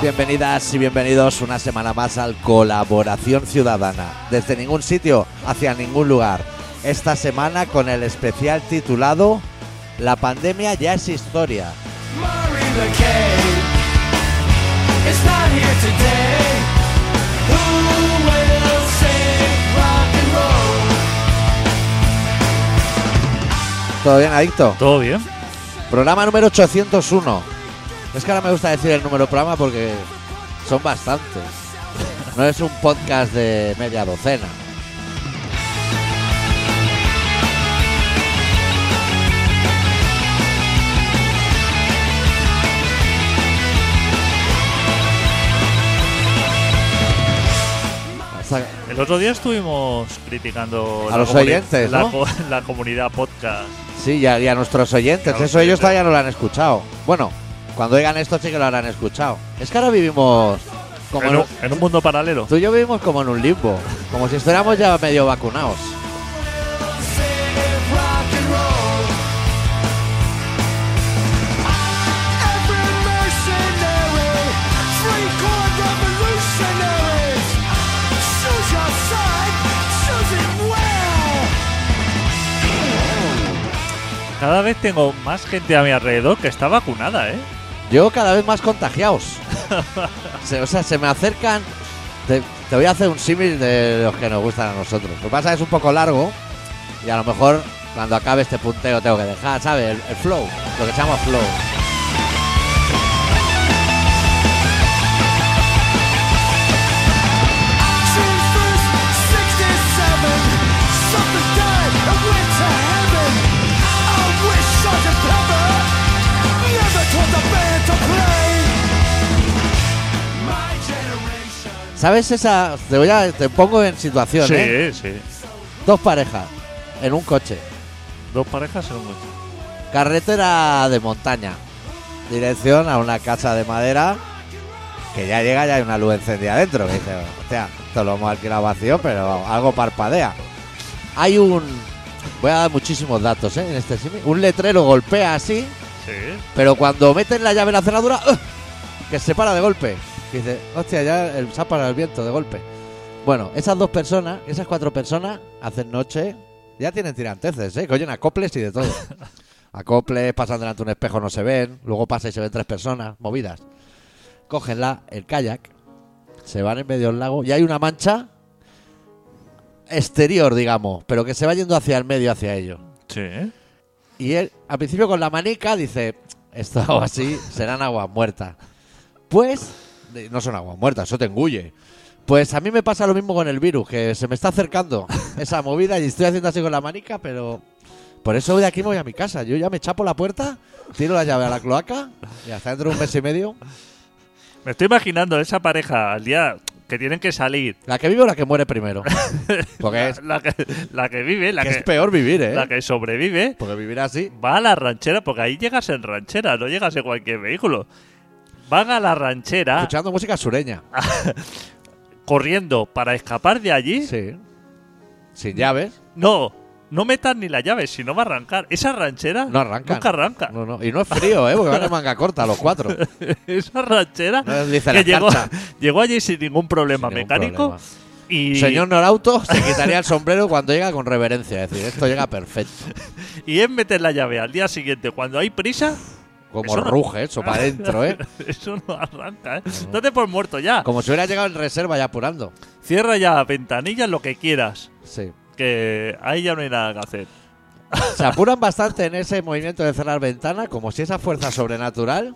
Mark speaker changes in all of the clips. Speaker 1: Bienvenidas y bienvenidos una semana más al Colaboración Ciudadana. Desde ningún sitio, hacia ningún lugar. Esta semana con el especial titulado La pandemia ya es historia.
Speaker 2: Murray McKay is not here today. Who will save rock and roll?
Speaker 1: ¿Todo bien, Adicto?
Speaker 3: Todo bien.
Speaker 1: Programa número 801. Es que ahora me gusta decir el número del programa porque son bastantes. No es un podcast de media docena. Hasta-
Speaker 3: El otro día estuvimos criticando
Speaker 1: A los
Speaker 3: comuni-
Speaker 1: oyentes,
Speaker 3: la,
Speaker 1: ¿no?
Speaker 3: co- la comunidad podcast.
Speaker 1: Sí, y a, y a nuestros oyentes.
Speaker 3: Claro,
Speaker 1: Eso
Speaker 3: sí,
Speaker 1: ellos
Speaker 3: sí.
Speaker 1: todavía no lo han escuchado. Bueno, cuando oigan esto sí que lo habrán escuchado. Es que ahora vivimos como
Speaker 3: En
Speaker 1: en
Speaker 3: un, en un mundo paralelo.
Speaker 1: Tú y yo vivimos como en un limbo, como si estuviéramos ya medio vacunados.
Speaker 2: Will save rock and roll. Every mercenary, free corps revolutionaries. Choose your side, choose it well.
Speaker 3: Cada vez tengo más gente a mi alrededor que está vacunada, ¿eh?
Speaker 1: Yo cada vez más contagiados. Se- o sea, se me acercan. Te, te voy a hacer un símil de los que nos gustan a nosotros. Lo que pasa es que es un poco largo y a lo mejor cuando acabe este punteo tengo que dejar, ¿sabes? El, el flow, lo que se llama flow.
Speaker 2: June 1st, 67. Something died and went to heaven. I wish Sergeant Pepper never told the band to play. My generation.
Speaker 1: ¿Sabes esa? Te, voy a, te pongo en situación,
Speaker 3: Sí,
Speaker 1: ¿eh?
Speaker 3: sí.
Speaker 1: Dos parejas en un coche.
Speaker 3: Dos parejas en un coche.
Speaker 1: Carretera de montaña. Dirección a una casa de madera. Que ya llega, ya hay una luz encendida dentro. Que dice, hostia, esto lo hemos alquilado vacío, pero algo parpadea. Hay un. Voy a dar muchísimos datos, ¿eh? En este símil. Un letrero golpea así,
Speaker 3: Sí.
Speaker 1: pero cuando meten la llave en la cerradura, ¡ah! que se para de golpe. Que dice, hostia, ya el, se ha parado el viento de golpe. Bueno, esas dos personas, esas cuatro personas, hacen noche, ya tienen tiranteces, ¿eh? Que oyen acoples y de todo. acoples, pasan delante de un espejo, no se ven, luego pasa y se ven tres personas, movidas. Cogen la, el kayak, se van en medio del lago y hay una mancha exterior, digamos, pero que se va yendo hacia el medio, hacia ellos.
Speaker 3: Sí.
Speaker 1: Y él, al principio con la manica, dice, esto o así serán aguas muertas. Pues, de- no son aguas muertas, eso te engulle. Pues a mí me pasa lo mismo con el virus, que se me está acercando esa movida y estoy haciendo así con la manica, pero por eso de aquí me voy a mi casa. Yo ya me chapo la puerta, tiro la llave a la cloaca y hasta dentro de un mes y medio.
Speaker 3: Me estoy imaginando esa pareja al día que tienen que salir.
Speaker 1: La que vive o la que muere primero. Porque es,
Speaker 3: La, la que, la que vive, la
Speaker 1: que
Speaker 3: que,
Speaker 1: es peor vivir, ¿eh?
Speaker 3: la que sobrevive,
Speaker 1: Porque vivir así.
Speaker 3: va a la ranchera, porque ahí llegas en ranchera, no llegas en cualquier vehículo. Van a la ranchera
Speaker 1: Escuchando música sureña.
Speaker 3: Ah. corriendo para escapar de allí.
Speaker 1: Sí. Sin llaves.
Speaker 3: No, no metas ni la llave, si no va a arrancar. Esa ranchera
Speaker 1: No arranca.
Speaker 3: nunca arranca.
Speaker 1: No, no. Y no es frío, ¿eh? Porque van de manga corta los cuatro.
Speaker 3: Esa ranchera
Speaker 1: No desliza
Speaker 3: que
Speaker 1: la
Speaker 3: llegó,
Speaker 1: plancha.
Speaker 3: llegó allí sin ningún problema
Speaker 1: Sin ningún
Speaker 3: mecánico.
Speaker 1: problema.
Speaker 3: Y,
Speaker 1: Señor Norauto se quitaría el sombrero cuando llega con reverencia. Es decir, esto llega perfecto.
Speaker 3: y es meter la llave al día siguiente. Cuando hay prisa,
Speaker 1: Como
Speaker 3: Eso no-
Speaker 1: ruge, eso para adentro, ¿eh?
Speaker 3: eso no arranca. ¿eh? Date por muerto ya.
Speaker 1: Como si hubiera llegado en reserva ya apurando.
Speaker 3: Cierra ya ventanillas, lo que quieras.
Speaker 1: Sí.
Speaker 3: Que ahí ya no hay nada que hacer.
Speaker 1: Se apuran bastante en ese movimiento de cerrar ventana, como si esa fuerza sobrenatural,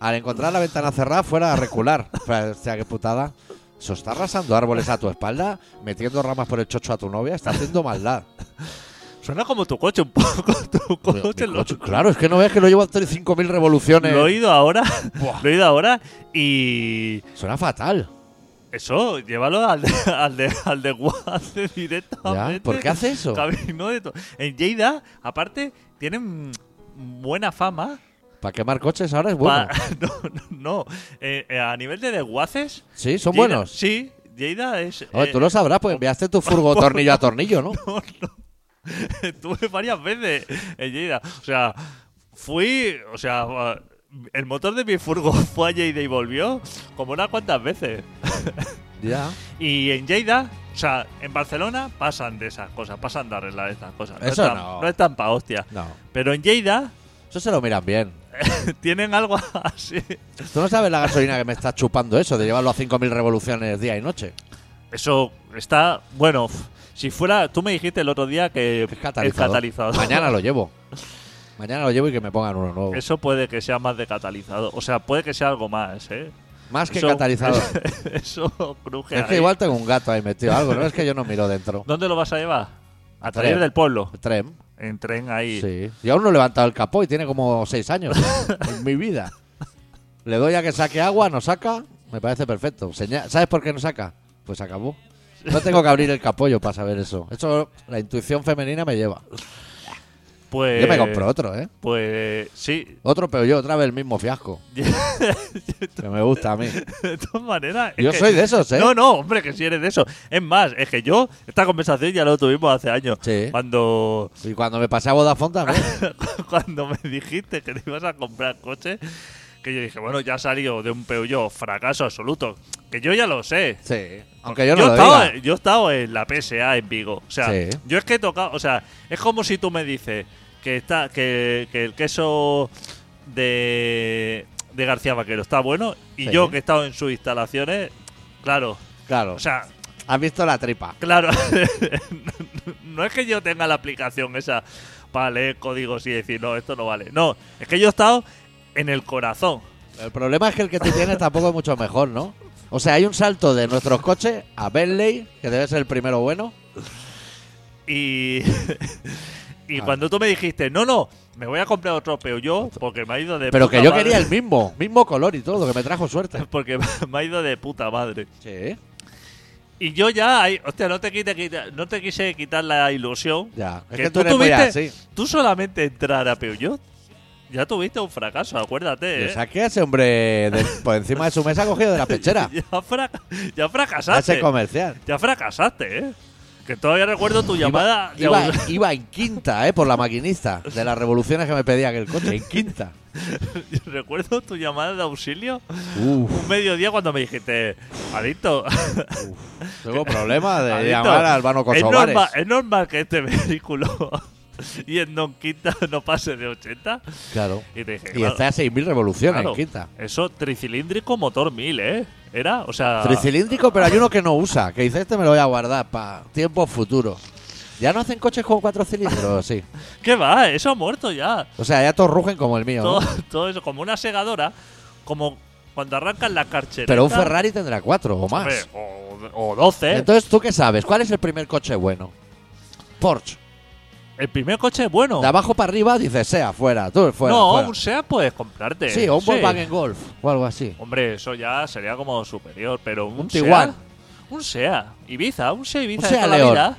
Speaker 1: al encontrar la ventana cerrada, fuera a recular. O sea, qué putada. Se está arrasando árboles a tu espalda, metiendo ramas por el chocho a tu novia, está haciendo maldad.
Speaker 3: Suena como tu coche un poco. Tu
Speaker 1: Mi
Speaker 3: coche, lo-
Speaker 1: coche- claro, es que no ves que lo llevo a 5.000 revoluciones.
Speaker 3: lo he oído ahora.
Speaker 1: Buah.
Speaker 3: Lo he oído ahora. Y.
Speaker 1: Suena fatal.
Speaker 3: Eso, llévalo al de, al de, al de Guadalajara directamente.
Speaker 1: Ya, ¿por qué hace eso?
Speaker 3: Camino de to- en Lleida, aparte, tienen mm, buena fama.
Speaker 1: Para quemar coches ahora es bueno.
Speaker 3: pa- no, no, no. Eh, eh, a nivel de desguaces.
Speaker 1: Sí, son
Speaker 3: Lleida-
Speaker 1: buenos.
Speaker 3: Sí, Lleida es.
Speaker 1: Hombre,
Speaker 3: eh,
Speaker 1: tú lo sabrás, pues enviaste tu furgo tornillo a tornillo, ¿no?
Speaker 3: no, no. Estuve varias veces en Lleida. O sea, fui. O sea, el motor de mi furgo fue a Lleida y volvió como unas cuantas veces.
Speaker 1: Ya.
Speaker 3: Y en Lleida, o sea, en Barcelona pasan de esas cosas, pasan de arreglar estas cosas.
Speaker 1: Eso
Speaker 3: es tan,
Speaker 1: no.
Speaker 3: es tan pa' hostia.
Speaker 1: No.
Speaker 3: Pero en Lleida
Speaker 1: Eso se lo miran bien.
Speaker 3: tienen algo así.
Speaker 1: Tú no sabes la gasolina que me está chupando eso de llevarlo a 5.000 revoluciones día y noche.
Speaker 3: Eso está, bueno, f- si fuera, tú me dijiste el otro día que
Speaker 1: Es catalizador.
Speaker 3: el catalizador.
Speaker 1: Mañana lo llevo. Mañana lo llevo y que me pongan uno nuevo.
Speaker 3: Eso puede que sea más de catalizador. O sea, puede que sea algo más, ¿eh?
Speaker 1: Más que
Speaker 3: Eso-
Speaker 1: catalizador.
Speaker 3: Eso cruje.
Speaker 1: Es que
Speaker 3: ahí.
Speaker 1: igual tengo un gato ahí metido algo, ¿no? Es que yo no miro dentro.
Speaker 3: ¿Dónde lo vas a llevar?
Speaker 1: Tren.
Speaker 3: A traer del pueblo.
Speaker 1: Trem.
Speaker 3: En tren ahí.
Speaker 1: Sí. Y aún no he levantado el capó y tiene como seis años en mi vida. Le doy a que saque agua, no saca. Me parece perfecto. Señal- ¿Sabes por qué no saca? Pues acabó. No tengo que abrir el capollo para saber eso. Eso la intuición femenina me lleva.
Speaker 3: Pues.
Speaker 1: Yo me compro otro, ¿eh?
Speaker 3: Pues sí.
Speaker 1: Otro, pero yo otra vez el mismo fiasco. que me gusta a mí.
Speaker 3: De todas maneras. es
Speaker 1: Yo
Speaker 3: que-
Speaker 1: soy de esos, ¿eh?
Speaker 3: No, no, hombre, que si eres de eso. Es más, es que yo, esta conversación ya lo tuvimos hace años.
Speaker 1: Sí.
Speaker 3: Cuando,
Speaker 1: Y cuando me pasé a Vodafone también.
Speaker 3: cuando me dijiste que te ibas a comprar coche, que yo dije, bueno, ya ha salido de un Peugeot fracaso absoluto. Que yo ya lo sé.
Speaker 1: Sí. Aunque yo no
Speaker 3: yo,
Speaker 1: lo
Speaker 3: he estado,
Speaker 1: diga.
Speaker 3: yo he estado en la PSA en Vigo. O sea,
Speaker 1: Sí.
Speaker 3: yo es que he tocado. O sea, es como si tú me dices que está que, que el queso de, de García Vaquero está bueno y
Speaker 1: Sí.
Speaker 3: yo que he estado en sus instalaciones, claro.
Speaker 1: Claro.
Speaker 3: O sea,
Speaker 1: Has visto la tripa.
Speaker 3: claro. no es que yo tenga la aplicación esa para leer códigos y decir, no, esto no vale. No, es que yo he estado en el corazón.
Speaker 1: El problema es que el que tú tienes tampoco es mucho mejor, ¿no? O sea, hay un salto de nuestros coches a Bentley, que debe ser el primero bueno.
Speaker 3: Y, y
Speaker 1: Ah.
Speaker 3: cuando tú me dijiste, no, no, me voy a comprar otro Peugeot porque me ha ido de
Speaker 1: Pero
Speaker 3: puta
Speaker 1: que yo
Speaker 3: madre".
Speaker 1: quería el mismo, mismo color y todo, que me trajo suerte.
Speaker 3: Porque me ha ido de puta madre.
Speaker 1: Sí,
Speaker 3: Y yo ya, ahí- hostia, no te, quite, quita- no te quise quitar la ilusión.
Speaker 1: ya. Es
Speaker 3: Que
Speaker 1: que, tú
Speaker 3: tú
Speaker 1: eres muy
Speaker 3: tuviste-
Speaker 1: así.
Speaker 3: Tú solamente entrar a Peugeot, ya tuviste un fracaso, acuérdate.
Speaker 1: Le
Speaker 3: ¿eh?
Speaker 1: saqué a ese hombre de- por encima de su mesa cogido de la pechera.
Speaker 3: Ya, fra- ya
Speaker 1: A ese
Speaker 3: fracasaste.
Speaker 1: comercial.
Speaker 3: Ya fracasaste, ¿eh? Que todavía recuerdo tu llamada. de
Speaker 1: Iba,
Speaker 3: aburr-
Speaker 1: iba en quinta, ¿eh? Por la maquinista. De las revoluciones que me pedía aquel coche. En quinta.
Speaker 3: recuerdo tu llamada de auxilio
Speaker 1: Uf.
Speaker 3: un mediodía cuando me dijiste, adicto,
Speaker 1: Tengo problemas de
Speaker 3: Adicto,
Speaker 1: llamar a Albano
Speaker 3: Es
Speaker 1: Kosovares.
Speaker 3: normal, es normal que este vehículo y en Don Quinta no pase de 80.
Speaker 1: Claro.
Speaker 3: Y te dije,
Speaker 1: Y este
Speaker 3: claro,
Speaker 1: está a 6.000 revoluciones
Speaker 3: claro,
Speaker 1: en quinta.
Speaker 3: Eso tricilíndrico motor 1000, ¿eh? Era, o sea.
Speaker 1: Tricilíndrico, pero hay uno que no usa. Que dice, este me lo voy a guardar para tiempos futuros. Ya no hacen coches con cuatro cilindros, sí.
Speaker 3: ¿Qué va? Eso ha muerto ya.
Speaker 1: O sea, ya todos rugen como el mío. ¿no?
Speaker 3: Todo, todo eso, como una segadora, como cuando arrancan la carcheleta.
Speaker 1: Pero un Ferrari tendrá cuatro o más.
Speaker 3: hombre, ¿eh? O, o 12.
Speaker 1: Entonces, ¿tú qué sabes? ¿Cuál es el primer coche bueno? Porsche.
Speaker 3: el primer coche es bueno.
Speaker 1: De abajo para arriba dice sea, fuera, tú fuera.
Speaker 3: no,
Speaker 1: fuera.
Speaker 3: un SEA puedes comprarte.
Speaker 1: Sí, o un Volkswagen Golf o algo así.
Speaker 3: Hombre, eso ya sería como superior, pero un,
Speaker 1: Un
Speaker 3: SEA-
Speaker 1: Tiguan.
Speaker 3: un SEA. Ibiza, un SEA Ibiza
Speaker 1: Un
Speaker 3: de
Speaker 1: SEA
Speaker 3: toda
Speaker 1: León.
Speaker 3: la vida.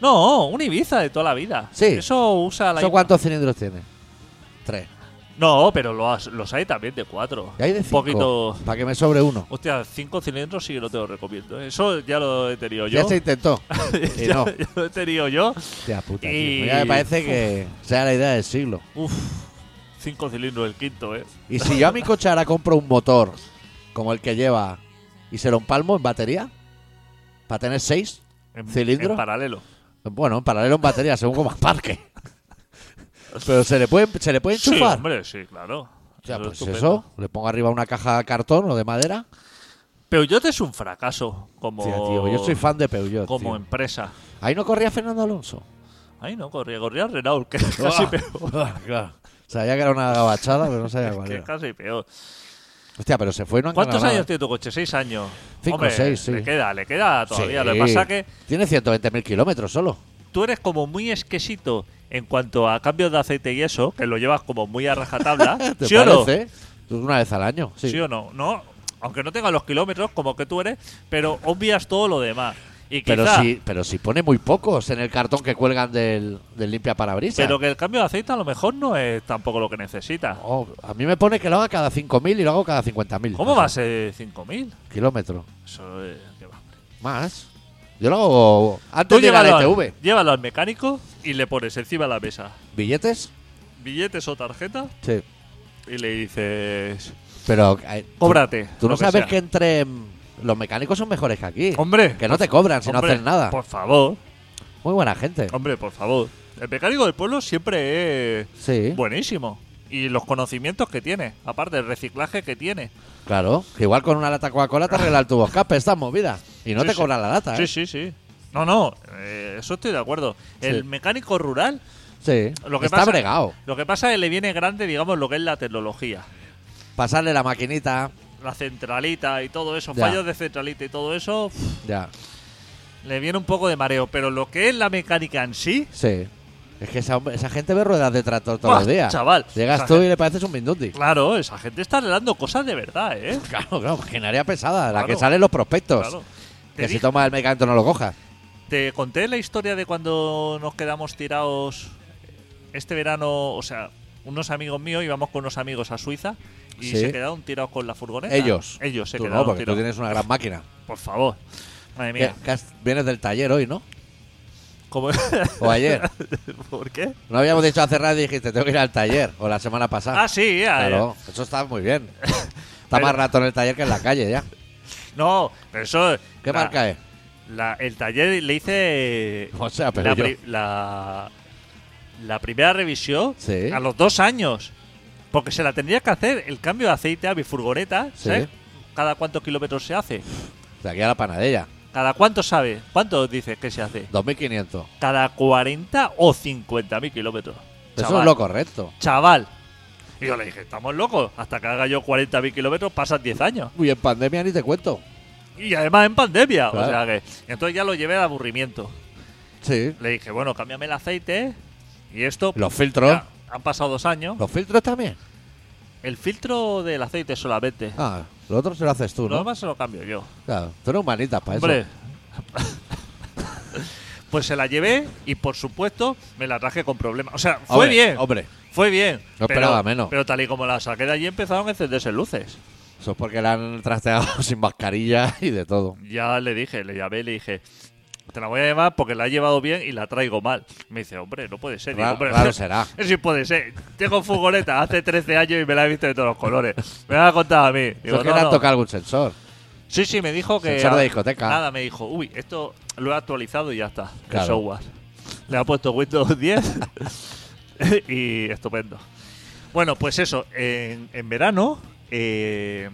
Speaker 3: No, un Ibiza de toda la vida.
Speaker 1: Sí.
Speaker 3: Eso usa la.
Speaker 1: ¿Eso cuántos cilindros tiene? Tres.
Speaker 3: No, pero los, los hay también de cuatro.
Speaker 1: Y hay de
Speaker 3: Un
Speaker 1: cinco.
Speaker 3: poquito.
Speaker 1: Para que me sobre uno.
Speaker 3: Hostia, cinco cilindros sí que no te lo recomiendo. Eso ya lo he tenido yo.
Speaker 1: Ya se intentó. y no.
Speaker 3: Ya lo he tenido yo.
Speaker 1: Hostia puta, tío.
Speaker 3: Y-
Speaker 1: Ya me parece que sea la idea del siglo.
Speaker 3: Uf, cinco cilindros el quinto, eh.
Speaker 1: Y si yo a mi coche ahora compro un motor como el que lleva y se lo empalmo en batería, para tener seis,
Speaker 3: En,
Speaker 1: ¿Cilindro?
Speaker 3: en paralelo.
Speaker 1: bueno, en paralelo en batería, según como parque. Pero se le puede, se le puede
Speaker 3: Sí,
Speaker 1: enchufar.
Speaker 3: hombre, sí, claro.
Speaker 1: O sea,
Speaker 3: Eso es
Speaker 1: pues
Speaker 3: estupendo.
Speaker 1: eso, le pongo arriba una caja de cartón o de madera.
Speaker 3: Pero yo te es un fracaso como,
Speaker 1: Hostia, tío, yo soy fan de Peugeot.
Speaker 3: como
Speaker 1: tío.
Speaker 3: empresa.
Speaker 1: Ahí no corría Fernando Alonso.
Speaker 3: Ay, no, corría, corría Renault, que es casi
Speaker 1: Ah,
Speaker 3: peor.
Speaker 1: claro. Sabía que era una gabachada, pero no sabía cuál
Speaker 3: Que es
Speaker 1: era.
Speaker 3: casi peor.
Speaker 1: Hostia, pero se fue y no han
Speaker 3: ¿Cuántos
Speaker 1: ganado
Speaker 3: años
Speaker 1: nada.
Speaker 3: tiene tu coche? ¿Seis años?
Speaker 1: Cinco,
Speaker 3: Hombre,
Speaker 1: seis, sí.
Speaker 3: Le queda, le queda todavía. Lo que
Speaker 1: Sí.
Speaker 3: pasa que
Speaker 1: Tiene 120.000 kilómetros solo.
Speaker 3: tú eres como muy exquisito en cuanto a cambios de aceite y eso, que lo llevas como muy a rajatabla.
Speaker 1: ¿Te
Speaker 3: ¿Sí o no?
Speaker 1: parece? Una vez al año. Sí.
Speaker 3: ¿Sí o no? No, aunque no tenga los kilómetros como que tú eres, pero obvias todo lo demás. Y
Speaker 1: pero,
Speaker 3: quizá,
Speaker 1: si, pero si pone muy pocos en el cartón que cuelgan del, del limpia parabrisas.
Speaker 3: pero que el cambio de aceite a lo mejor no es tampoco lo que necesitas.
Speaker 1: Oh, a mí me pone que lo haga cada 5.000 y lo hago cada 50.000.
Speaker 3: ¿Cómo
Speaker 1: O sea,
Speaker 3: va a ser 5.000?
Speaker 1: Kilómetro.
Speaker 3: Eso es... ¿qué va?
Speaker 1: Más. Yo lo hago
Speaker 3: Tú
Speaker 1: antes de E la
Speaker 3: llévalo, al-
Speaker 1: ITV.
Speaker 3: llévalo al mecánico y le pones encima de la mesa
Speaker 1: ¿Billetes?
Speaker 3: billetes o tarjeta
Speaker 1: Sí.
Speaker 3: y le dices,
Speaker 1: Pero eh, tú-
Speaker 3: cóbrate.
Speaker 1: Tú no
Speaker 3: lo
Speaker 1: sabes
Speaker 3: sea.
Speaker 1: que entre mm, los mecánicos son mejores que aquí.
Speaker 3: Hombre,
Speaker 1: Que no te cobran si no
Speaker 3: hombre,
Speaker 1: haces nada.
Speaker 3: Por favor,
Speaker 1: Muy buena gente.
Speaker 3: hombre, por favor. El mecánico del pueblo siempre es
Speaker 1: Sí,
Speaker 3: buenísimo. Y los conocimientos que tiene, aparte del reciclaje que tiene.
Speaker 1: claro. Que igual con una lata Coca-Cola te arregla el tubo escape, estás movida. Y no
Speaker 3: Sí,
Speaker 1: te
Speaker 3: sí.
Speaker 1: cobran la lata,
Speaker 3: Sí,
Speaker 1: ¿eh?
Speaker 3: sí, sí. No, no, eh, eso estoy de acuerdo.
Speaker 1: Sí.
Speaker 3: El mecánico rural,
Speaker 1: Sí.
Speaker 3: lo que
Speaker 1: ¿eh? Está
Speaker 3: pasa,
Speaker 1: bregado.
Speaker 3: Lo que pasa es que le viene grande, digamos, lo que es la tecnología.
Speaker 1: Pasarle la maquinita.
Speaker 3: La centralita y todo eso,
Speaker 1: Ya.
Speaker 3: fallos de centralita y todo eso, uf,
Speaker 1: Ya.
Speaker 3: le viene un poco de mareo. Pero lo que es la mecánica en sí,
Speaker 1: Sí. Es que esa, hombre- esa gente ve ruedas de tractor todos
Speaker 3: Buah,
Speaker 1: los días.
Speaker 3: chaval.
Speaker 1: Llegas
Speaker 3: Esa
Speaker 1: tú
Speaker 3: gente-
Speaker 1: y le pareces un mindundi.
Speaker 3: claro, esa gente está arreglando cosas de verdad, ¿eh?
Speaker 1: Claro, claro, maquinaria pesada, la
Speaker 3: Claro.
Speaker 1: que sale en los prospectos.
Speaker 3: Claro. Te
Speaker 1: Que si
Speaker 3: dije-
Speaker 1: tomas el mecánico no lo cojas.
Speaker 3: Te conté la historia de cuando nos quedamos tirados este verano, o sea, unos amigos míos íbamos con unos amigos a Suiza y
Speaker 1: Sí.
Speaker 3: se quedaron tirados con la furgoneta.
Speaker 1: Ellos.
Speaker 3: Ellos se
Speaker 1: tú
Speaker 3: quedaron
Speaker 1: no, porque tú
Speaker 3: tirados.
Speaker 1: tienes una gran máquina.
Speaker 3: Por favor. Madre mía.
Speaker 1: Que- que has- vienes del taller hoy, ¿no?
Speaker 3: ¿Cómo-
Speaker 1: O ayer.
Speaker 3: ¿Por qué?
Speaker 1: No habíamos dicho hace rato y dijiste, tengo que ir al taller. O la semana pasada.
Speaker 3: Ah, sí, ah,
Speaker 1: Claro, eso está muy bien. Está
Speaker 3: Pero-
Speaker 1: más rato en el taller que en la calle ya.
Speaker 3: No, pero eso.
Speaker 1: ¿Qué
Speaker 3: la-
Speaker 1: marca es?
Speaker 3: la- el taller le hice.
Speaker 1: O sea, pero
Speaker 3: la,
Speaker 1: yo-
Speaker 3: pri- la, la primera revisión
Speaker 1: Sí.
Speaker 3: a los dos años. Porque se la tendría que hacer el cambio de aceite a mi furgoneta,
Speaker 1: Sí.
Speaker 3: ¿sabes? ¿Cada cuántos kilómetros se hace?
Speaker 1: De aquí a la panadella.
Speaker 3: ¿Cada cuánto sabe? ¿Cuánto dices que se hace?
Speaker 1: 2.500.
Speaker 3: Cada 40 o 50 mil kilómetros.
Speaker 1: Eso es lo correcto.
Speaker 3: Chaval. Y yo le dije, estamos locos. Hasta que haga yo 40 mil kilómetros pasan 10 años.
Speaker 1: Uy, en pandemia ni te cuento.
Speaker 3: Y además en pandemia. O
Speaker 1: Claro.
Speaker 3: sea que. Entonces ya lo llevé al aburrimiento.
Speaker 1: Sí.
Speaker 3: Le dije, bueno, cámbiame el aceite. Y esto.
Speaker 1: Los filtros.
Speaker 3: Ya, han pasado dos años.
Speaker 1: ¿Los filtros también?
Speaker 3: El filtro del aceite solamente.
Speaker 1: Ah, lo otro se lo haces tú,
Speaker 3: Lo
Speaker 1: ¿no?
Speaker 3: demás se lo cambio yo.
Speaker 1: Claro, tú eres humanitas para eso.
Speaker 3: Hombre. pues se la llevé y por supuesto me la traje con problemas. O sea, fue
Speaker 1: Hombre,
Speaker 3: bien.
Speaker 1: Hombre,
Speaker 3: Fue bien.
Speaker 1: No
Speaker 3: pero-
Speaker 1: esperaba menos.
Speaker 3: Pero tal y como la saqué de allí empezaron a encenderse luces.
Speaker 1: eso es porque la han trasteado sin mascarilla y de todo.
Speaker 3: Ya le dije, le llamé y le dije, te la voy a llevar porque la he llevado bien y la traigo mal. Me dice, hombre, no puede ser. Digo,
Speaker 1: Ra-
Speaker 3: hombre,
Speaker 1: raro será.
Speaker 3: Sí puede ser. Tengo furgoneta hace 13 años y me la he visto de todos los colores. Me la ha contado a mí.
Speaker 1: Eso
Speaker 3: Digo,
Speaker 1: es que
Speaker 3: no,
Speaker 1: le han
Speaker 3: no.
Speaker 1: tocado algún sensor.
Speaker 3: Sí, sí, me dijo que.
Speaker 1: Sensor de discoteca.
Speaker 3: Nada, me dijo, uy, esto lo he actualizado y ya está. El
Speaker 1: Claro.
Speaker 3: software. Le ha puesto Windows 10 y estupendo. Bueno, pues eso, en, en verano. eh,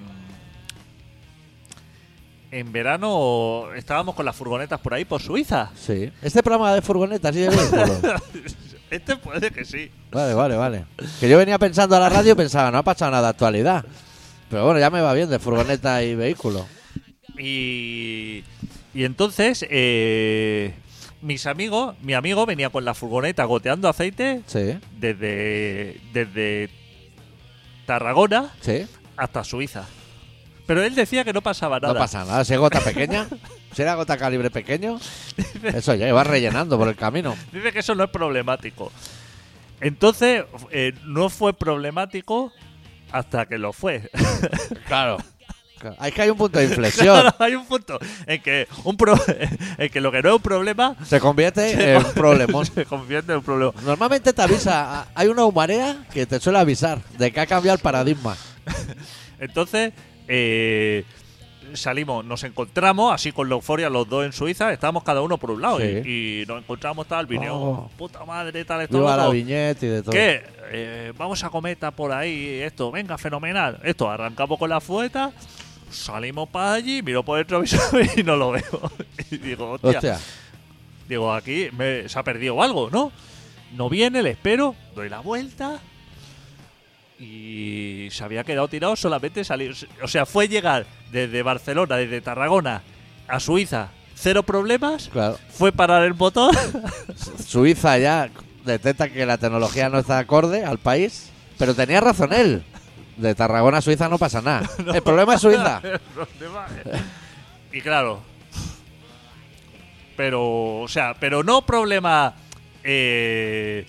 Speaker 3: en verano estábamos con las furgonetas por ahí, por Suiza.
Speaker 1: Sí. Este programa de furgonetas sí de vehículos.
Speaker 3: Este puede que sí.
Speaker 1: Vale, vale, vale. Que yo venía pensando a la radio y pensaba, no ha pasado nada de actualidad. Pero bueno, ya me va bien de furgoneta y vehículo.
Speaker 3: Y, y entonces, eh, mis amigos, mi amigo venía con la furgoneta goteando aceite
Speaker 1: Sí,
Speaker 3: desde, desde Tarragona
Speaker 1: sí.
Speaker 3: hasta Suiza. Pero él decía que no pasaba nada.
Speaker 1: No pasa nada. Si es gota pequeña, si era gota calibre pequeño, eso ya, y vas rellenando por el camino.
Speaker 3: Dice que eso no es problemático. Entonces, eh, no fue problemático hasta que lo fue.
Speaker 1: Claro. Es que hay un punto de inflexión.
Speaker 3: Hay un punto en que, un pro- en que lo que no es un problema
Speaker 1: Se convierte en un problemón.
Speaker 3: se convierte en un problema.
Speaker 1: Normalmente te avisa, a- hay una humarea que te suele avisar de que ha cambiado el paradigma.
Speaker 3: Entonces, eh, salimos, nos encontramos así con la euforia los dos en Suiza, estábamos cada uno por un lado
Speaker 1: Sí.
Speaker 3: y, y nos encontramos tal, vino,
Speaker 1: Oh.
Speaker 3: puta madre, tal, esto,
Speaker 1: Viva la
Speaker 3: otro.
Speaker 1: viñeta y de todo.
Speaker 3: ¿Qué? Eh, vamos a cometa por ahí, esto, venga, fenomenal. Esto, arrancamos con la fueta, salimos para allí, miro por el retrovisor y no lo veo. Y digo, hostia,
Speaker 1: Hostia.
Speaker 3: digo, aquí me- se ha perdido algo, ¿no? No viene, le espero, doy la vuelta y se había quedado tirado solamente salir. O sea, fue llegar desde Barcelona, desde Tarragona a Suiza, cero problemas,
Speaker 1: Claro.
Speaker 3: fue parar el motor.
Speaker 1: Suiza ya detecta que la tecnología no está acorde al país, pero tenía razón él. De Tarragona a Suiza no pasa nada. El problema es Suiza.
Speaker 3: Problema, eh. y claro. Pero, o sea, pero no problema. eh,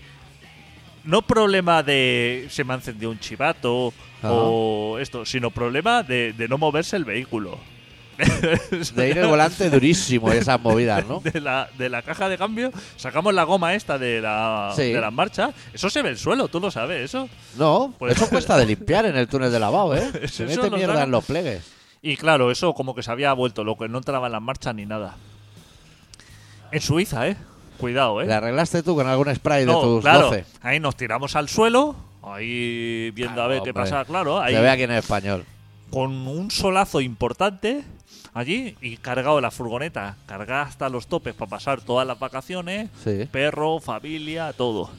Speaker 3: no problema de se me ha encendido un chivato
Speaker 1: Ajá.
Speaker 3: o esto, sino problema de, de no moverse el vehículo.
Speaker 1: De ir el volante durísimo y esas movidas, ¿no?
Speaker 3: de, la, de la caja de cambio sacamos la goma esta de, la,
Speaker 1: Sí.
Speaker 3: de las marchas. Eso se ve el suelo, tú lo sabes, eso.
Speaker 1: No,
Speaker 3: Pues-
Speaker 1: eso cuesta de limpiar en el túnel de lavado, ¿eh? Se
Speaker 3: Eso
Speaker 1: mete
Speaker 3: lo
Speaker 1: mierda
Speaker 3: sabe.
Speaker 1: en los plegues.
Speaker 3: Y claro, eso como que se había vuelto loco, no entraba en las marchas ni nada. En Suiza, ¿eh? Cuidado, ¿eh?
Speaker 1: ¿Le arreglaste tú con algún spray de
Speaker 3: No,
Speaker 1: tus
Speaker 3: claro,
Speaker 1: 12?
Speaker 3: ahí nos tiramos al suelo, ahí viendo
Speaker 1: Claro,
Speaker 3: a ver qué
Speaker 1: hombre.
Speaker 3: pasa, claro, ahí
Speaker 1: Se ve aquí en español.
Speaker 3: con un solazo importante allí y cargado la furgoneta, cargada hasta los topes para pasar todas las vacaciones,
Speaker 1: Sí.
Speaker 3: perro, familia, todo.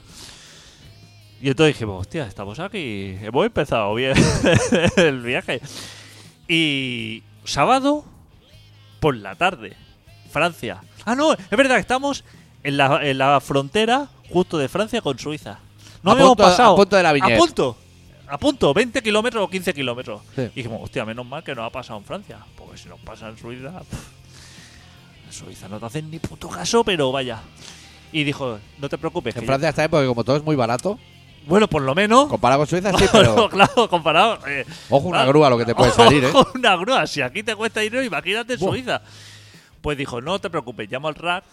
Speaker 3: Y entonces dijimos, hostia, estamos aquí, hemos empezado bien el viaje. Y sábado por la tarde, Francia. Ah, no, es verdad, estamos en la, en la frontera justo de Francia con Suiza. No
Speaker 1: A
Speaker 3: habíamos
Speaker 1: punto-
Speaker 3: pasado.
Speaker 1: a punto de la Viñette.
Speaker 3: A punto. A punto, 20 kilómetros o 15 kilómetros.
Speaker 1: Sí.
Speaker 3: Y dijimos, hostia, menos mal que nos ha pasado en Francia. Porque si nos pasa en Suiza. pff, en Suiza no te hacen ni puto caso, pero vaya. Y dijo, no te preocupes. que
Speaker 1: En
Speaker 3: yo-
Speaker 1: Francia está bien porque como todo es muy barato,
Speaker 3: Bueno, por lo menos.
Speaker 1: comparado con Suiza sí, pero
Speaker 3: claro, comparado. eh,
Speaker 1: ojo una
Speaker 3: claro.
Speaker 1: grúa lo que te puede salir, ¿eh?
Speaker 3: Ojo, una grúa. Si aquí te cuesta dinero, imagínate en
Speaker 1: Buah.
Speaker 3: Suiza. Pues dijo, no te preocupes, llamo al rack.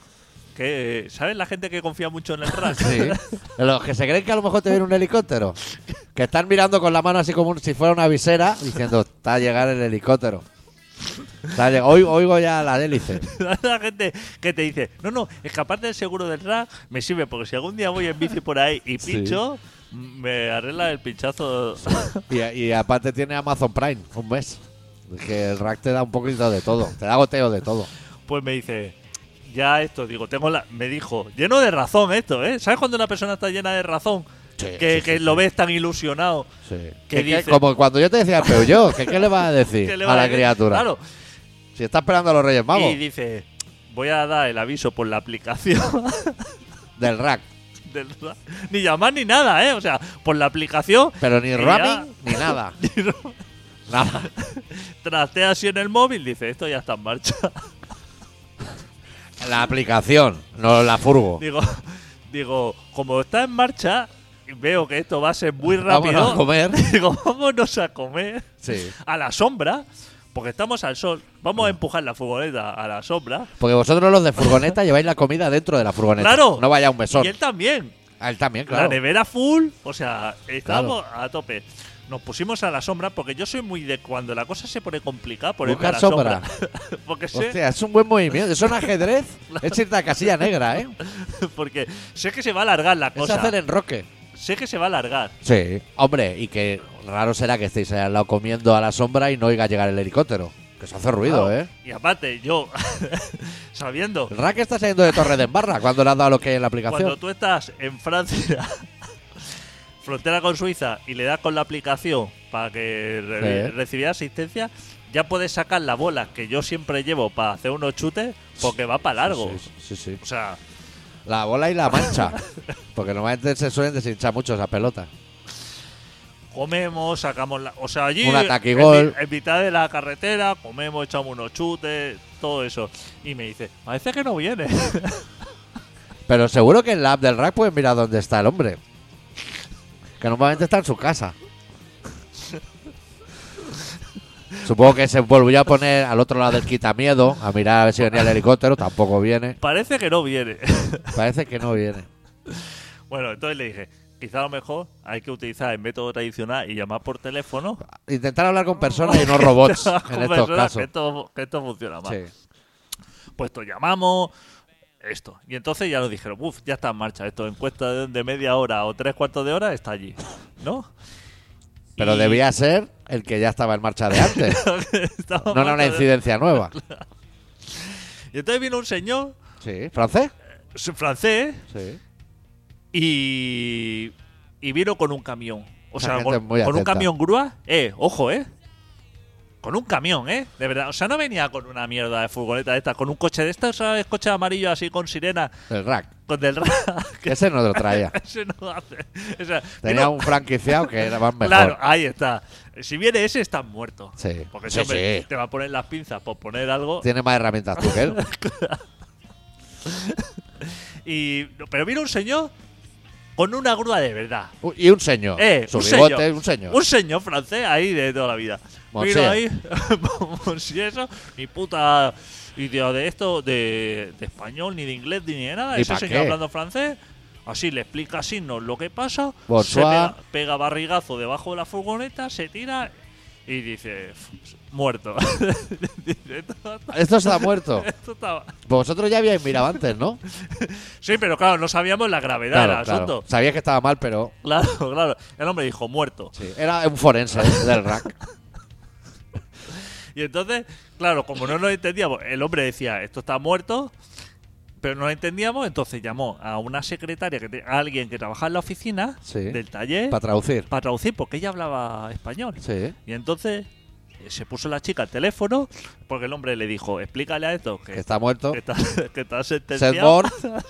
Speaker 3: Que, eh, ¿Sabes la gente que confía mucho en el rack?
Speaker 1: Sí. Los que se creen que a lo mejor te viene un helicóptero, que están mirando con la mano así como un- si fuera una visera, diciendo, está a llegar el helicóptero. Está a lleg- Oigo, oigo ya la hélice.
Speaker 3: la gente que te dice, no, no, escapar del seguro del rack me sirve porque si algún día voy en bici por ahí y
Speaker 1: Sí.
Speaker 3: pincho, me arregla el pinchazo.
Speaker 1: Y, y aparte tiene Amazon Prime, un mes. Que el rack te da un poquito de todo, te da goteo de todo.
Speaker 3: Pues me dice, ya esto, digo, tengo la. Me dijo, lleno de razón esto, ¿eh? ¿Sabes cuando una persona está llena de razón?
Speaker 1: Sí,
Speaker 3: que
Speaker 1: sí,
Speaker 3: que
Speaker 1: sí,
Speaker 3: lo
Speaker 1: sí.
Speaker 3: ves tan ilusionado.
Speaker 1: Sí.
Speaker 3: ¿Qué
Speaker 1: Que- que-
Speaker 3: dice?
Speaker 1: como cuando yo te decía, pero yo, ¿qué, qué le vas a decir
Speaker 3: ¿Qué le
Speaker 1: a,
Speaker 3: va
Speaker 1: la
Speaker 3: decir?
Speaker 1: criatura?
Speaker 3: Claro.
Speaker 1: Si está esperando a los Reyes Magos
Speaker 3: Y dice, voy a dar el aviso por la aplicación
Speaker 1: del rack.
Speaker 3: del ra- Ni llamar ni nada, ¿eh? O sea, por la aplicación.
Speaker 1: Pero ni
Speaker 3: Y
Speaker 1: ramming ni nada.
Speaker 3: y no-
Speaker 1: Nada.
Speaker 3: Trastea así en el móvil, dice, esto ya está en marcha.
Speaker 1: La aplicación, no la furgo.
Speaker 3: Digo, digo, como está en marcha, veo que esto va a ser muy
Speaker 1: Vámonos
Speaker 3: rápido.
Speaker 1: a comer.
Speaker 3: Digo, vámonos a comer.
Speaker 1: Sí. Mm.
Speaker 3: A la sombra, porque estamos al sol. Vamos a empujar la furgoneta a la sombra.
Speaker 1: Porque vosotros los de furgoneta lleváis la comida dentro de la furgoneta.
Speaker 3: Claro.
Speaker 1: No vaya un besón.
Speaker 3: Y él también.
Speaker 1: A él también,
Speaker 3: La
Speaker 1: claro.
Speaker 3: nevera full, o sea, estábamos a tope. Nos pusimos a la sombra porque yo soy muy de cuando la cosa se pone complicada, ponerme a la
Speaker 1: Buscar sombra.
Speaker 3: sombra. porque, sé,
Speaker 1: Hostia, es un buen movimiento. Es un ajedrez. Es irte a casilla negra, ¿eh?
Speaker 3: porque sé que se va a alargar la
Speaker 1: Es
Speaker 3: cosa.
Speaker 1: hacer enroque.
Speaker 3: Sé que se va a alargar.
Speaker 1: Sí. Hombre, y que raro será que estéis ahí al lado comiendo a la sombra y no oiga llegar el helicóptero. Que se hace ruido,
Speaker 3: Claro.
Speaker 1: ¿eh?
Speaker 3: Y aparte, yo, sabiendo,
Speaker 1: El rack está saliendo de Torre de Embarra cuando le has dado lo que hay en la
Speaker 3: cuando
Speaker 1: aplicación.
Speaker 3: tú estás en Francia, frontera con Suiza, y le das con la aplicación para que re-
Speaker 1: Sí.
Speaker 3: recibir asistencia, ya puedes sacar la bola que yo siempre llevo para hacer unos chutes porque va para largo.
Speaker 1: Sí, sí, sí.
Speaker 3: O sea,
Speaker 1: La bola y la mancha. Porque normalmente se suelen deshinchar mucho esas pelotas.
Speaker 3: Comemos, sacamos la. O sea, allí.
Speaker 1: Un ataque y
Speaker 3: en
Speaker 1: gol.
Speaker 3: mi- En, mitad de la carretera, comemos, echamos unos chutes, todo eso. Y me dice, parece que no viene.
Speaker 1: Pero seguro que en la app del rack puedes mirar dónde está el hombre. Que normalmente está en su casa. Supongo que se volvió a poner al otro lado del quitamiedo a mirar a ver si venía el helicóptero. Tampoco viene.
Speaker 3: parece que no viene.
Speaker 1: Parece que no viene.
Speaker 3: bueno, entonces le dije, quizá a lo mejor hay que utilizar el método tradicional y llamar por teléfono.
Speaker 1: Intentar hablar con personas y no robots en
Speaker 3: Con
Speaker 1: estos
Speaker 3: personas,
Speaker 1: casos.
Speaker 3: Que esto, que esto funciona más.
Speaker 1: Sí.
Speaker 3: Pues esto llamamos. Esto. Y entonces ya nos dijeron, uff, ya está en marcha. Esto en cuesta de, de media hora o tres cuartos de hora está allí. ¿No?
Speaker 1: Pero
Speaker 3: Y-
Speaker 1: debía ser el que ya estaba en marcha de antes.
Speaker 3: Estaba
Speaker 1: No era
Speaker 3: marcha
Speaker 1: una
Speaker 3: de-
Speaker 1: incidencia nueva.
Speaker 3: Y entonces vino un señor
Speaker 1: Sí. ¿Francés?
Speaker 3: es francés
Speaker 1: Sí.
Speaker 3: y, y vino con un camión. O
Speaker 1: Esa
Speaker 3: sea,
Speaker 1: gente es
Speaker 3: con,
Speaker 1: muy
Speaker 3: con un
Speaker 1: atenta.
Speaker 3: camión grúa. Eh, ojo, eh. Con un camión, eh. De verdad. O sea, no venía con una mierda de furgoneta de estas, con un coche de estas, ¿sabes? Coche amarillo así con sirena,
Speaker 1: El rack.
Speaker 3: con del que
Speaker 1: Ese no lo traía.
Speaker 3: ese no hace. O sea,
Speaker 1: Tenía
Speaker 3: vino-
Speaker 1: un franquiciado que era más mejor.
Speaker 3: Claro, ahí está. Si viene ese, estás muerto.
Speaker 1: Sí.
Speaker 3: Porque
Speaker 1: Sí,
Speaker 3: ese hombre
Speaker 1: sí.
Speaker 3: te va a poner las pinzas por poner algo.
Speaker 1: Tiene más herramientas tú que él.
Speaker 3: Y, pero vino un señor con una grúa de verdad.
Speaker 1: U- Y un señor.
Speaker 3: Eh,
Speaker 1: Su
Speaker 3: un
Speaker 1: bigote,
Speaker 3: señor.
Speaker 1: un señor.
Speaker 3: Un señor francés ahí de toda la vida. Mira ahí, si eso, ni puta idea de esto, de, de español, ni de inglés, ni de nada.
Speaker 1: ¿Y
Speaker 3: Ese
Speaker 1: pa'
Speaker 3: señor
Speaker 1: qué?
Speaker 3: hablando francés, así le explica a Signos lo que pasa,
Speaker 1: Bonsoir.
Speaker 3: se pega, pega barrigazo debajo de la furgoneta, se tira y dice, "F- muerto. Dice, esto,
Speaker 1: Esto está muerto.
Speaker 3: esto estaba-
Speaker 1: Vosotros ya habíais mirado antes, ¿no?
Speaker 3: Sí, pero claro, no sabíamos la gravedad del asunto.
Speaker 1: Sabías que estaba mal, pero
Speaker 3: Claro, claro. El hombre dijo, muerto.
Speaker 1: sí. era un forense del rack.
Speaker 3: Y entonces, claro, como no lo entendíamos, el hombre decía, esto está muerto, pero no lo entendíamos, entonces llamó a una secretaria, que te- a alguien que trabajaba en la oficina
Speaker 1: Sí.
Speaker 3: del taller,
Speaker 1: Para
Speaker 3: para
Speaker 1: traducir.
Speaker 3: traducir, porque ella hablaba español.
Speaker 1: Sí.
Speaker 3: Y entonces eh, se puso la chica al teléfono, porque el hombre le dijo, explícale a esto que,
Speaker 1: Que está muerto.
Speaker 3: que está, que está
Speaker 1: Seth
Speaker 3: sentenciado.
Speaker 1: Moore.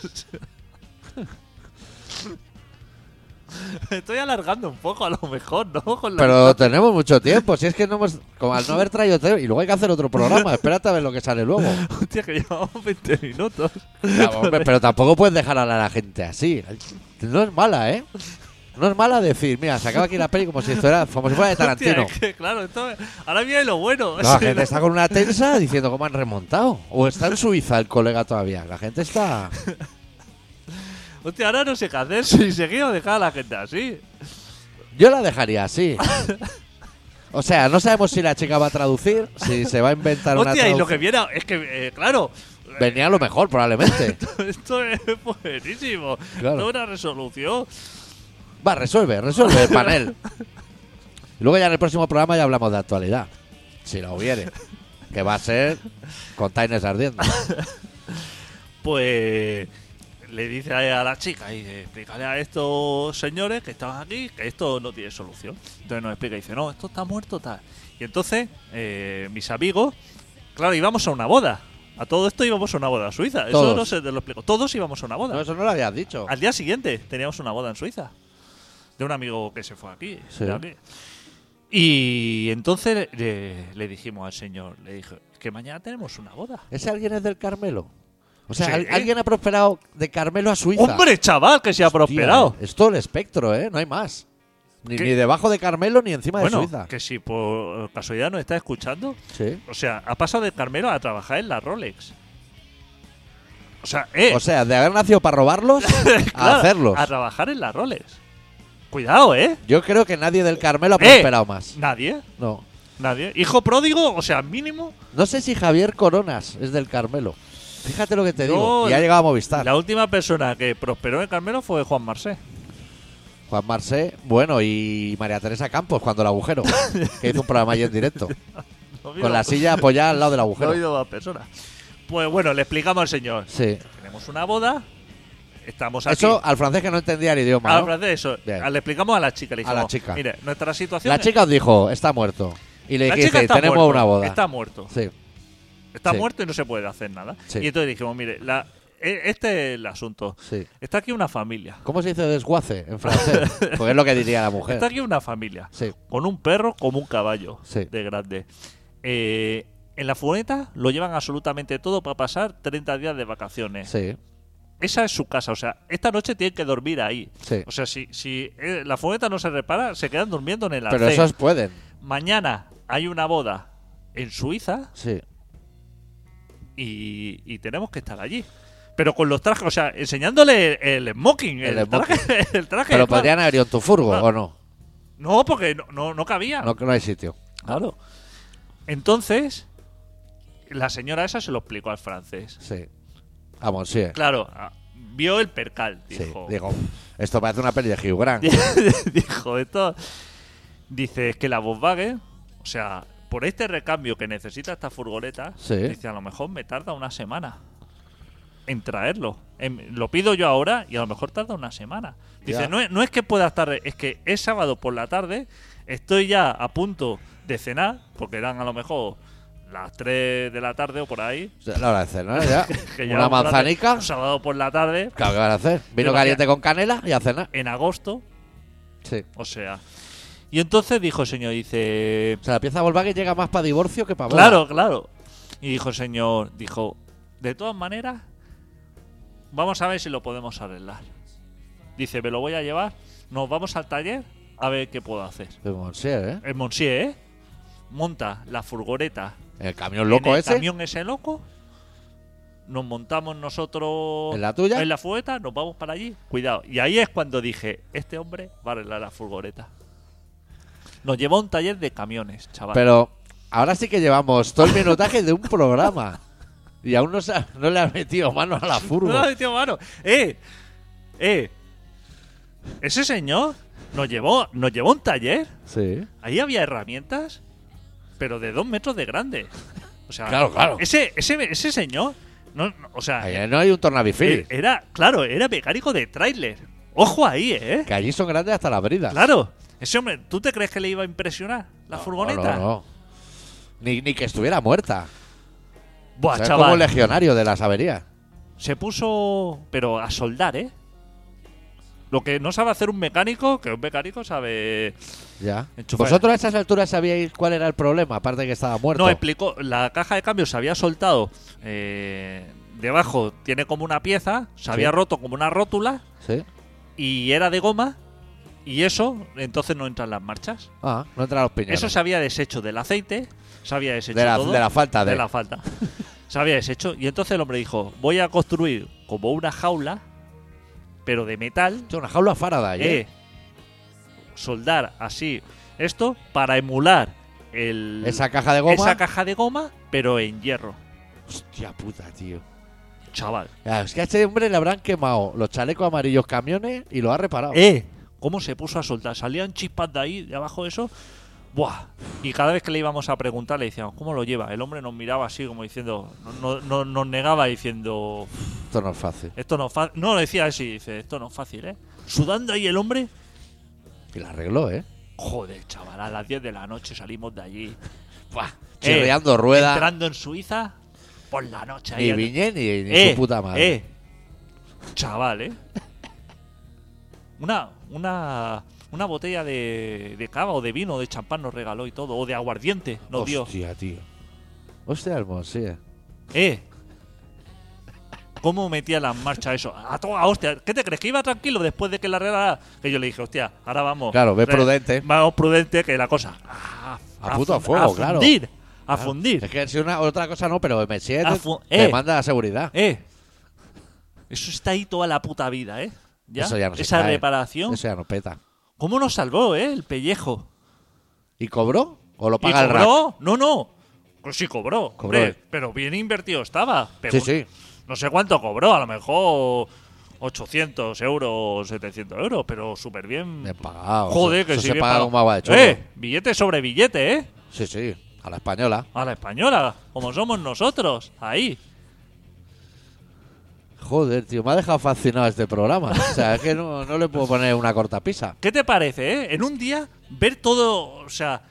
Speaker 3: Estoy alargando un poco a lo mejor, ¿no? Con la-
Speaker 1: Pero tenemos mucho tiempo. Si es que no hemos. Como al no haber traído. te- Y luego hay que hacer otro programa. Espérate a ver lo que sale luego.
Speaker 3: Hostia, que llevamos 20 minutos.
Speaker 1: Ya, hombre, pero tampoco puedes dejar hablar a la gente así. No es mala, ¿eh? No es mala decir, mira, se acaba aquí la peli como si esto era como si fuera de
Speaker 3: Hostia,
Speaker 1: Tarantino.
Speaker 3: es que, claro, esto, ahora viene lo bueno.
Speaker 1: No, la
Speaker 3: Sí,
Speaker 1: gente
Speaker 3: ¿no?
Speaker 1: está con una tensa diciendo cómo han remontado. O está en Suiza el colega todavía. La gente está.
Speaker 3: Hostia, ahora no sé qué hacer si seguir o dejar a la gente así.
Speaker 1: Yo la dejaría así. O sea, no sabemos si la chica va a traducir, si se va a inventar una
Speaker 3: Hostia, y lo que
Speaker 1: traducción.
Speaker 3: viene a- es que, eh, claro,
Speaker 1: Venía lo mejor, probablemente.
Speaker 3: esto es buenísimo.
Speaker 1: Claro.
Speaker 3: No una resolución.
Speaker 1: Va, resuelve, resuelve el panel. Luego ya en el próximo programa ya hablamos de actualidad. Si la hubiere. Que va a ser containers ardiendo.
Speaker 3: Pues le dice a la chica y dice, explícale a estos señores que estaban aquí que esto no tiene solución. Entonces nos explica y dice, no, esto está muerto tal. Y entonces, eh, mis amigos, claro, íbamos a una boda. A todo esto íbamos a una boda a Suiza. Eso
Speaker 1: Todos.
Speaker 3: no se te lo explico. Todos íbamos a una boda.
Speaker 1: No, eso no lo habías dicho.
Speaker 3: Al día siguiente teníamos una boda en Suiza. De un amigo que se fue aquí.
Speaker 1: Sí.
Speaker 3: de aquí. Y entonces le, le dijimos al señor, le dije, que mañana tenemos una boda.
Speaker 1: ¿Ese alguien es del Carmelo? O sea,
Speaker 3: Sí.
Speaker 1: al- alguien ha prosperado de Carmelo a Suiza.
Speaker 3: ¡Hombre, chaval, que se ha
Speaker 1: Hostia,
Speaker 3: prosperado!
Speaker 1: Es todo el espectro, ¿eh? No hay más. Ni,
Speaker 3: ¿Qué?
Speaker 1: ni debajo de Carmelo ni encima
Speaker 3: bueno,
Speaker 1: de Suiza.
Speaker 3: que si por casualidad nos está escuchando,
Speaker 1: Sí.
Speaker 3: o sea, ha pasado de Carmelo a trabajar en la Rolex. O sea, eh,
Speaker 1: O sea, de haber nacido para robarlos
Speaker 3: claro,
Speaker 1: a hacerlos.
Speaker 3: A trabajar en la Rolex. Cuidado, ¿eh?
Speaker 1: Yo creo que nadie del Carmelo ha
Speaker 3: ¡Eh!
Speaker 1: prosperado más.
Speaker 3: Nadie,
Speaker 1: No.
Speaker 3: nadie. Hijo pródigo, o sea, mínimo,
Speaker 1: No sé si Javier Coronas es del Carmelo. Fíjate lo que te
Speaker 3: No,
Speaker 1: digo. Y ha
Speaker 3: la-
Speaker 1: llegado a Movistar.
Speaker 3: La última persona que prosperó en Carmelo fue Juan Marsé.
Speaker 1: Juan Marcé, bueno, y María Teresa Campos cuando el agujero. que hizo un programa allí en directo.
Speaker 3: No ha
Speaker 1: con la
Speaker 3: habido-
Speaker 1: silla apoyada al lado del
Speaker 3: no ha
Speaker 1: agujero.
Speaker 3: habido más personas. Pues bueno, le explicamos al señor.
Speaker 1: Sí.
Speaker 3: Tenemos una boda, estamos aquí.
Speaker 1: Eso al francés que no entendía el idioma.
Speaker 3: Al
Speaker 1: ¿no?
Speaker 3: francés, eso.
Speaker 1: Bien.
Speaker 3: Ah, Le explicamos a la chica. Le
Speaker 1: A la
Speaker 3: dijimos,
Speaker 1: chica.
Speaker 3: Mire, nuestra situación.
Speaker 1: La
Speaker 3: es-
Speaker 1: chica os dijo, está muerto. Y le
Speaker 3: la
Speaker 1: dijiste,
Speaker 3: chica está
Speaker 1: tenemos
Speaker 3: muerto,
Speaker 1: una boda.
Speaker 3: Está muerto.
Speaker 1: Sí.
Speaker 3: Está
Speaker 1: sí.
Speaker 3: muerto y no se puede hacer nada.
Speaker 1: Sí.
Speaker 3: Y entonces dijimos, mire, la- e- este es el asunto.
Speaker 1: Sí.
Speaker 3: Está aquí una familia.
Speaker 1: ¿Cómo se dice desguace en francés? Porque es lo que diría la mujer.
Speaker 3: Está aquí una familia.
Speaker 1: Sí.
Speaker 3: Con un perro como un caballo
Speaker 1: Sí.
Speaker 3: de grande. Eh, en la furgoneta lo llevan absolutamente todo para pasar 30 días de vacaciones.
Speaker 1: Sí.
Speaker 3: Esa es su casa. O sea, esta noche tienen que dormir ahí.
Speaker 1: Sí.
Speaker 3: O sea, si, si eh, la furgoneta no se repara, se quedan durmiendo en el
Speaker 1: Pero
Speaker 3: arcén.
Speaker 1: esos pueden.
Speaker 3: Mañana hay una boda en Suiza
Speaker 1: Sí.
Speaker 3: y, y tenemos que estar allí. Pero con los trajes, o sea, enseñándole el, el smoking, el,
Speaker 1: El
Speaker 3: traje. El traje
Speaker 1: Pero
Speaker 3: claro.
Speaker 1: podrían haber ido en tu furgo,
Speaker 3: Claro.
Speaker 1: ¿o no?
Speaker 3: No, porque no, no, no cabía.
Speaker 1: No, que no hay sitio.
Speaker 3: Claro. Entonces, la señora esa se lo explicó al francés.
Speaker 1: Sí. A Monsieur.
Speaker 3: Claro, a- vio el percal.
Speaker 1: Sí.
Speaker 3: Dijo,
Speaker 1: Digo, esto parece una peli de Hugh Grant.
Speaker 3: dijo esto. Dice es que la Volkswagen, o sea, por este recambio que necesita esta furgoneta,
Speaker 1: Sí.
Speaker 3: dice a lo mejor me tarda una semana en traerlo. En- lo pido yo ahora y a lo mejor tarda una semana.
Speaker 1: Ya.
Speaker 3: Dice, no es, no es que pueda estar, es que es sábado por la tarde, estoy ya a punto de cenar, porque eran a lo mejor las 3 de la tarde o por ahí.
Speaker 1: O sea, La hora de cenar, ya.
Speaker 3: que
Speaker 1: una
Speaker 3: llevamos por la tarde,
Speaker 1: manzanica.
Speaker 3: un sábado por la tarde,
Speaker 1: Claro, ¿qué van a hacer? Vino
Speaker 3: Imagina-
Speaker 1: caliente con canela y a cenar.
Speaker 3: en agosto,
Speaker 1: Sí.
Speaker 3: o sea. Y entonces dijo el señor, dice,
Speaker 1: O sea, la pieza Volkswagen llega más para divorcio que para boda.
Speaker 3: Claro, claro. Y dijo el señor, dijo, de todas maneras, vamos a ver si lo podemos arreglar. Dice, me lo voy a llevar, nos vamos al taller a ver qué puedo hacer.
Speaker 1: De Monsieur, ¿eh?
Speaker 3: El Monsier, ¿eh? monta la furgoneta.
Speaker 1: El camión loco
Speaker 3: en el
Speaker 1: ese.
Speaker 3: camión ese loco. Nos montamos nosotros
Speaker 1: ¿En la tuya?
Speaker 3: en la furgoneta, nos vamos para allí. Cuidado. Y ahí es cuando dije, este hombre va a arreglar la furgoneta. Nos llevó a un taller de camiones, chaval.
Speaker 1: Pero ahora sí que llevamos todo el minutaje de un programa. Y aún no, se ha- no le has metido mano a la
Speaker 3: No,
Speaker 1: furgo.
Speaker 3: tío, mano. Eh, eh. Ese señor nos llevó, nos llevó a un taller.
Speaker 1: Sí.
Speaker 3: Ahí había herramientas, pero de dos metros de grande. O sea,
Speaker 1: Claro, claro.
Speaker 3: Ese, ese, ese señor, no, no, o sea,
Speaker 1: Ahí no hay un
Speaker 3: e-
Speaker 1: tornavifil.
Speaker 3: era, claro, era mecánico de tráiler. Ojo ahí, ¿eh?
Speaker 1: Que allí son grandes hasta las bridas.
Speaker 3: Claro. Ese hombre, ¿tú te crees que le iba a impresionar la furgoneta?
Speaker 1: No, no, no. Ni, ni que estuviera muerta.
Speaker 3: Buah,
Speaker 1: O sea, es como
Speaker 3: chaval.
Speaker 1: un legionario de las averías.
Speaker 3: Se puso, pero a soldar, ¿eh? Lo que no sabe hacer un mecánico, que un mecánico sabe
Speaker 1: Ya.
Speaker 3: Enchufar.
Speaker 1: ¿Vosotros a esas alturas sabíais cuál era el problema? Aparte de que estaba muerto.
Speaker 3: No, explicó. La caja de cambio se había soltado. eh, debajo tiene como una pieza. Se había roto como una rótula.
Speaker 1: ¿Sí?
Speaker 3: Y era de goma. Y eso, entonces no entran las marchas.
Speaker 1: Ah, no entran los piñones.
Speaker 3: Eso se había deshecho del aceite. Se había deshecho
Speaker 1: de, la,
Speaker 3: todo,
Speaker 1: de la falta de.
Speaker 3: de la falta. se había deshecho. Y entonces el hombre dijo: Voy a construir como una jaula. Pero de metal.
Speaker 1: Tío, Una jaula Faraday. ¿eh?
Speaker 3: eh, soldar así esto para emular el,
Speaker 1: Esa caja de goma.
Speaker 3: esa caja de goma, pero en hierro.
Speaker 1: Hostia puta, tío.
Speaker 3: Chaval.
Speaker 1: Ya, es que a este hombre le habrán quemado los chalecos amarillos camiones y lo ha reparado.
Speaker 3: ¡Eh! ¿Cómo se puso a soltar? Salían chispas de ahí, de abajo de eso. ¡Buah! Y cada vez que le íbamos a preguntar, le decíamos, ¿cómo lo lleva? El hombre nos miraba así, como diciendo, no, no- no- nos negaba diciendo,
Speaker 1: Esto no es fácil.
Speaker 3: esto no es fácil. No, decía así, dice, esto no es fácil, ¿eh? Sudando ahí el hombre.
Speaker 1: Y la arregló, ¿eh?
Speaker 3: Joder, chaval, a las 10 de la noche salimos de allí. ¡Buah! Eh,
Speaker 1: Chirriando rueda.
Speaker 3: Entrando en Suiza por la noche. ahí
Speaker 1: Ni
Speaker 3: al-
Speaker 1: Viñé ni, ni
Speaker 3: Eh,
Speaker 1: su puta madre.
Speaker 3: eh. Chaval, ¿eh? Una, una, una botella de, de cava o de vino o de champán nos regaló y todo. O de aguardiente nos dio.
Speaker 1: Hostia, tío. Hostia, Almonsía.
Speaker 3: ¿Eh? ¿Cómo metía la marcha eso? A toda hostia. ¿Qué te crees? ¿Que iba tranquilo después de que la regla Que yo le dije, hostia, ahora vamos.
Speaker 1: Claro, ve
Speaker 3: Re-
Speaker 1: prudente.
Speaker 3: Vamos prudente que la cosa. A,
Speaker 1: A puto
Speaker 3: fund-
Speaker 1: fuego,
Speaker 3: a
Speaker 1: claro.
Speaker 3: fundir, A fundir.
Speaker 1: Es que si una otra cosa no, pero me siento.
Speaker 3: Ah, fu-
Speaker 1: Te
Speaker 3: eh.
Speaker 1: manda la seguridad.
Speaker 3: Eh. Eso está ahí toda la puta vida, ¿eh? ¿Ya?
Speaker 1: Eso ya no se
Speaker 3: Esa
Speaker 1: cae.
Speaker 3: reparación.
Speaker 1: Eso ya no peta.
Speaker 3: ¿Cómo nos salvó, eh? El pellejo.
Speaker 1: ¿Y cobró? ¿O lo
Speaker 3: ¿Y
Speaker 1: paga el rack?
Speaker 3: cobró? No, no. Pues sí cobró.
Speaker 1: Cobró,
Speaker 3: hombre,
Speaker 1: eh.
Speaker 3: pero bien invertido estaba. Pero
Speaker 1: Sí, sí.
Speaker 3: No sé cuánto cobró, a lo mejor 800 euros, 700 euros, pero súper bien.
Speaker 1: Bien pagado.
Speaker 3: Joder,
Speaker 1: Eso-
Speaker 3: que
Speaker 1: eso
Speaker 3: sí.
Speaker 1: se
Speaker 3: bien
Speaker 1: paga
Speaker 3: pagado.
Speaker 1: como agua de chorro.
Speaker 3: Eh, billete sobre billete, eh.
Speaker 1: Sí, sí. A la española.
Speaker 3: A la española, como somos nosotros. Ahí.
Speaker 1: Joder, tío. Me ha dejado fascinado este programa. o sea, es que no, no le puedo poner una corta pisa.
Speaker 3: ¿Qué te parece, eh? En un día ver todo, o sea,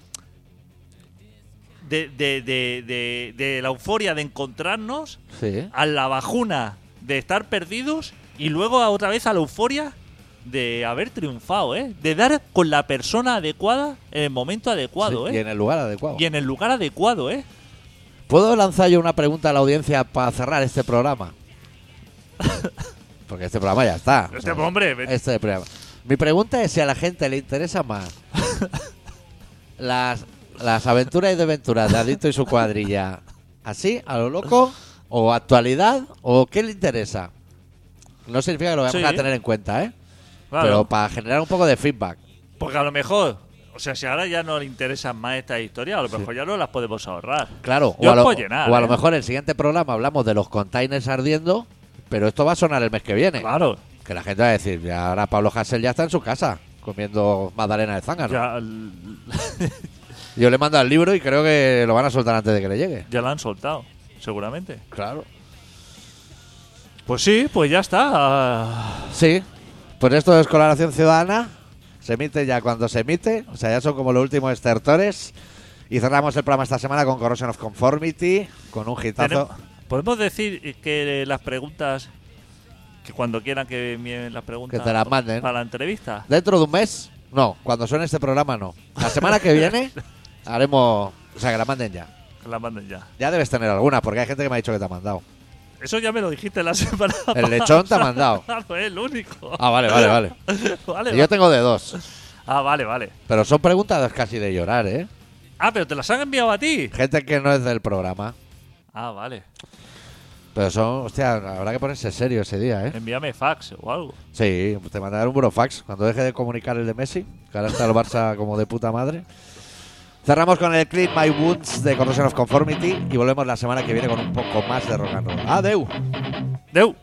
Speaker 3: de, de- de- de- de la euforia de encontrarnos,
Speaker 1: Sí.
Speaker 3: a la bajuna de estar perdidos y luego a otra vez a la euforia de haber triunfado, ¿eh? De dar con la persona adecuada en el momento adecuado,
Speaker 1: Sí, Y
Speaker 3: ¿eh?
Speaker 1: en el lugar adecuado.
Speaker 3: Y en el lugar adecuado, ¿eh?
Speaker 1: ¿Puedo lanzar yo una pregunta a la audiencia para cerrar este programa? Porque este programa ya está. O
Speaker 3: Este
Speaker 1: sea,
Speaker 3: hombre, ve-
Speaker 1: este programa. Mi pregunta es si a la gente le interesa más las, las aventuras y desventuras de Adicto y su cuadrilla, así, a lo loco, o actualidad, o qué le interesa. No significa que lo vamos
Speaker 3: Sí.
Speaker 1: a tener en cuenta, ¿eh?
Speaker 3: claro,
Speaker 1: Pero para generar un poco de feedback.
Speaker 3: porque a lo mejor, o sea, si ahora ya no le interesan más estas historias, a lo mejor ya no las podemos ahorrar.
Speaker 1: Claro,
Speaker 3: Yo
Speaker 1: o a, lo,
Speaker 3: puedo llenar,
Speaker 1: o a lo
Speaker 3: ¿eh?
Speaker 1: mejor en el siguiente programa hablamos de los containers ardiendo, pero esto va a sonar el mes que viene.
Speaker 3: Claro,
Speaker 1: Que la gente va a decir, ya ahora Pablo Hassel ya está en su casa comiendo magdalena de zángano.
Speaker 3: ya, l-
Speaker 1: Yo le mando al libro y creo que lo van a soltar antes de que le llegue.
Speaker 3: ya la han soltado, seguramente.
Speaker 1: Claro.
Speaker 3: Pues sí, pues ya está. Ah,
Speaker 1: Sí. Pues esto es colaboración ciudadana. Se emite ya cuando se emite. O sea, ya son como los últimos estertores. Y cerramos el programa esta semana con Corrosion of Conformity, con un hitazo.
Speaker 3: tenem- ¿Podemos decir que las preguntas, que cuando quieran que envíen las preguntas
Speaker 1: Que te las manden.
Speaker 3: para la entrevista?
Speaker 1: Dentro de un mes, no. Cuando suene este programa, no. La semana que viene haremos... O sea, que la manden ya.
Speaker 3: Que las manden ya.
Speaker 1: Ya debes tener alguna, porque hay gente que me ha dicho que te ha mandado.
Speaker 3: Eso ya me lo dijiste la semana pasada.
Speaker 1: El lechón te ha mandado.
Speaker 3: Claro, es el único.
Speaker 1: Ah, vale, vale, vale.
Speaker 3: Vale,
Speaker 1: Yo tengo de dos.
Speaker 3: va- Ah, vale, vale.
Speaker 1: Pero son preguntas casi de llorar, ¿eh?
Speaker 3: Ah, pero te las han enviado a ti.
Speaker 1: Gente que no es del programa.
Speaker 3: Ah, vale.
Speaker 1: ¿Eh? Pero son, hostia, habrá que ponerse serio ese día, ¿eh?
Speaker 3: Envíame fax o algo.
Speaker 1: Sí, te mandarán un burofax cuando deje de comunicar el de Messi, que ahora está el Barça como de puta madre. Cerramos con el clip My Wounds de Corrosion of Conformity y volvemos la semana que viene con un poco más de rock and roll. ¡Adeu!
Speaker 3: Deu.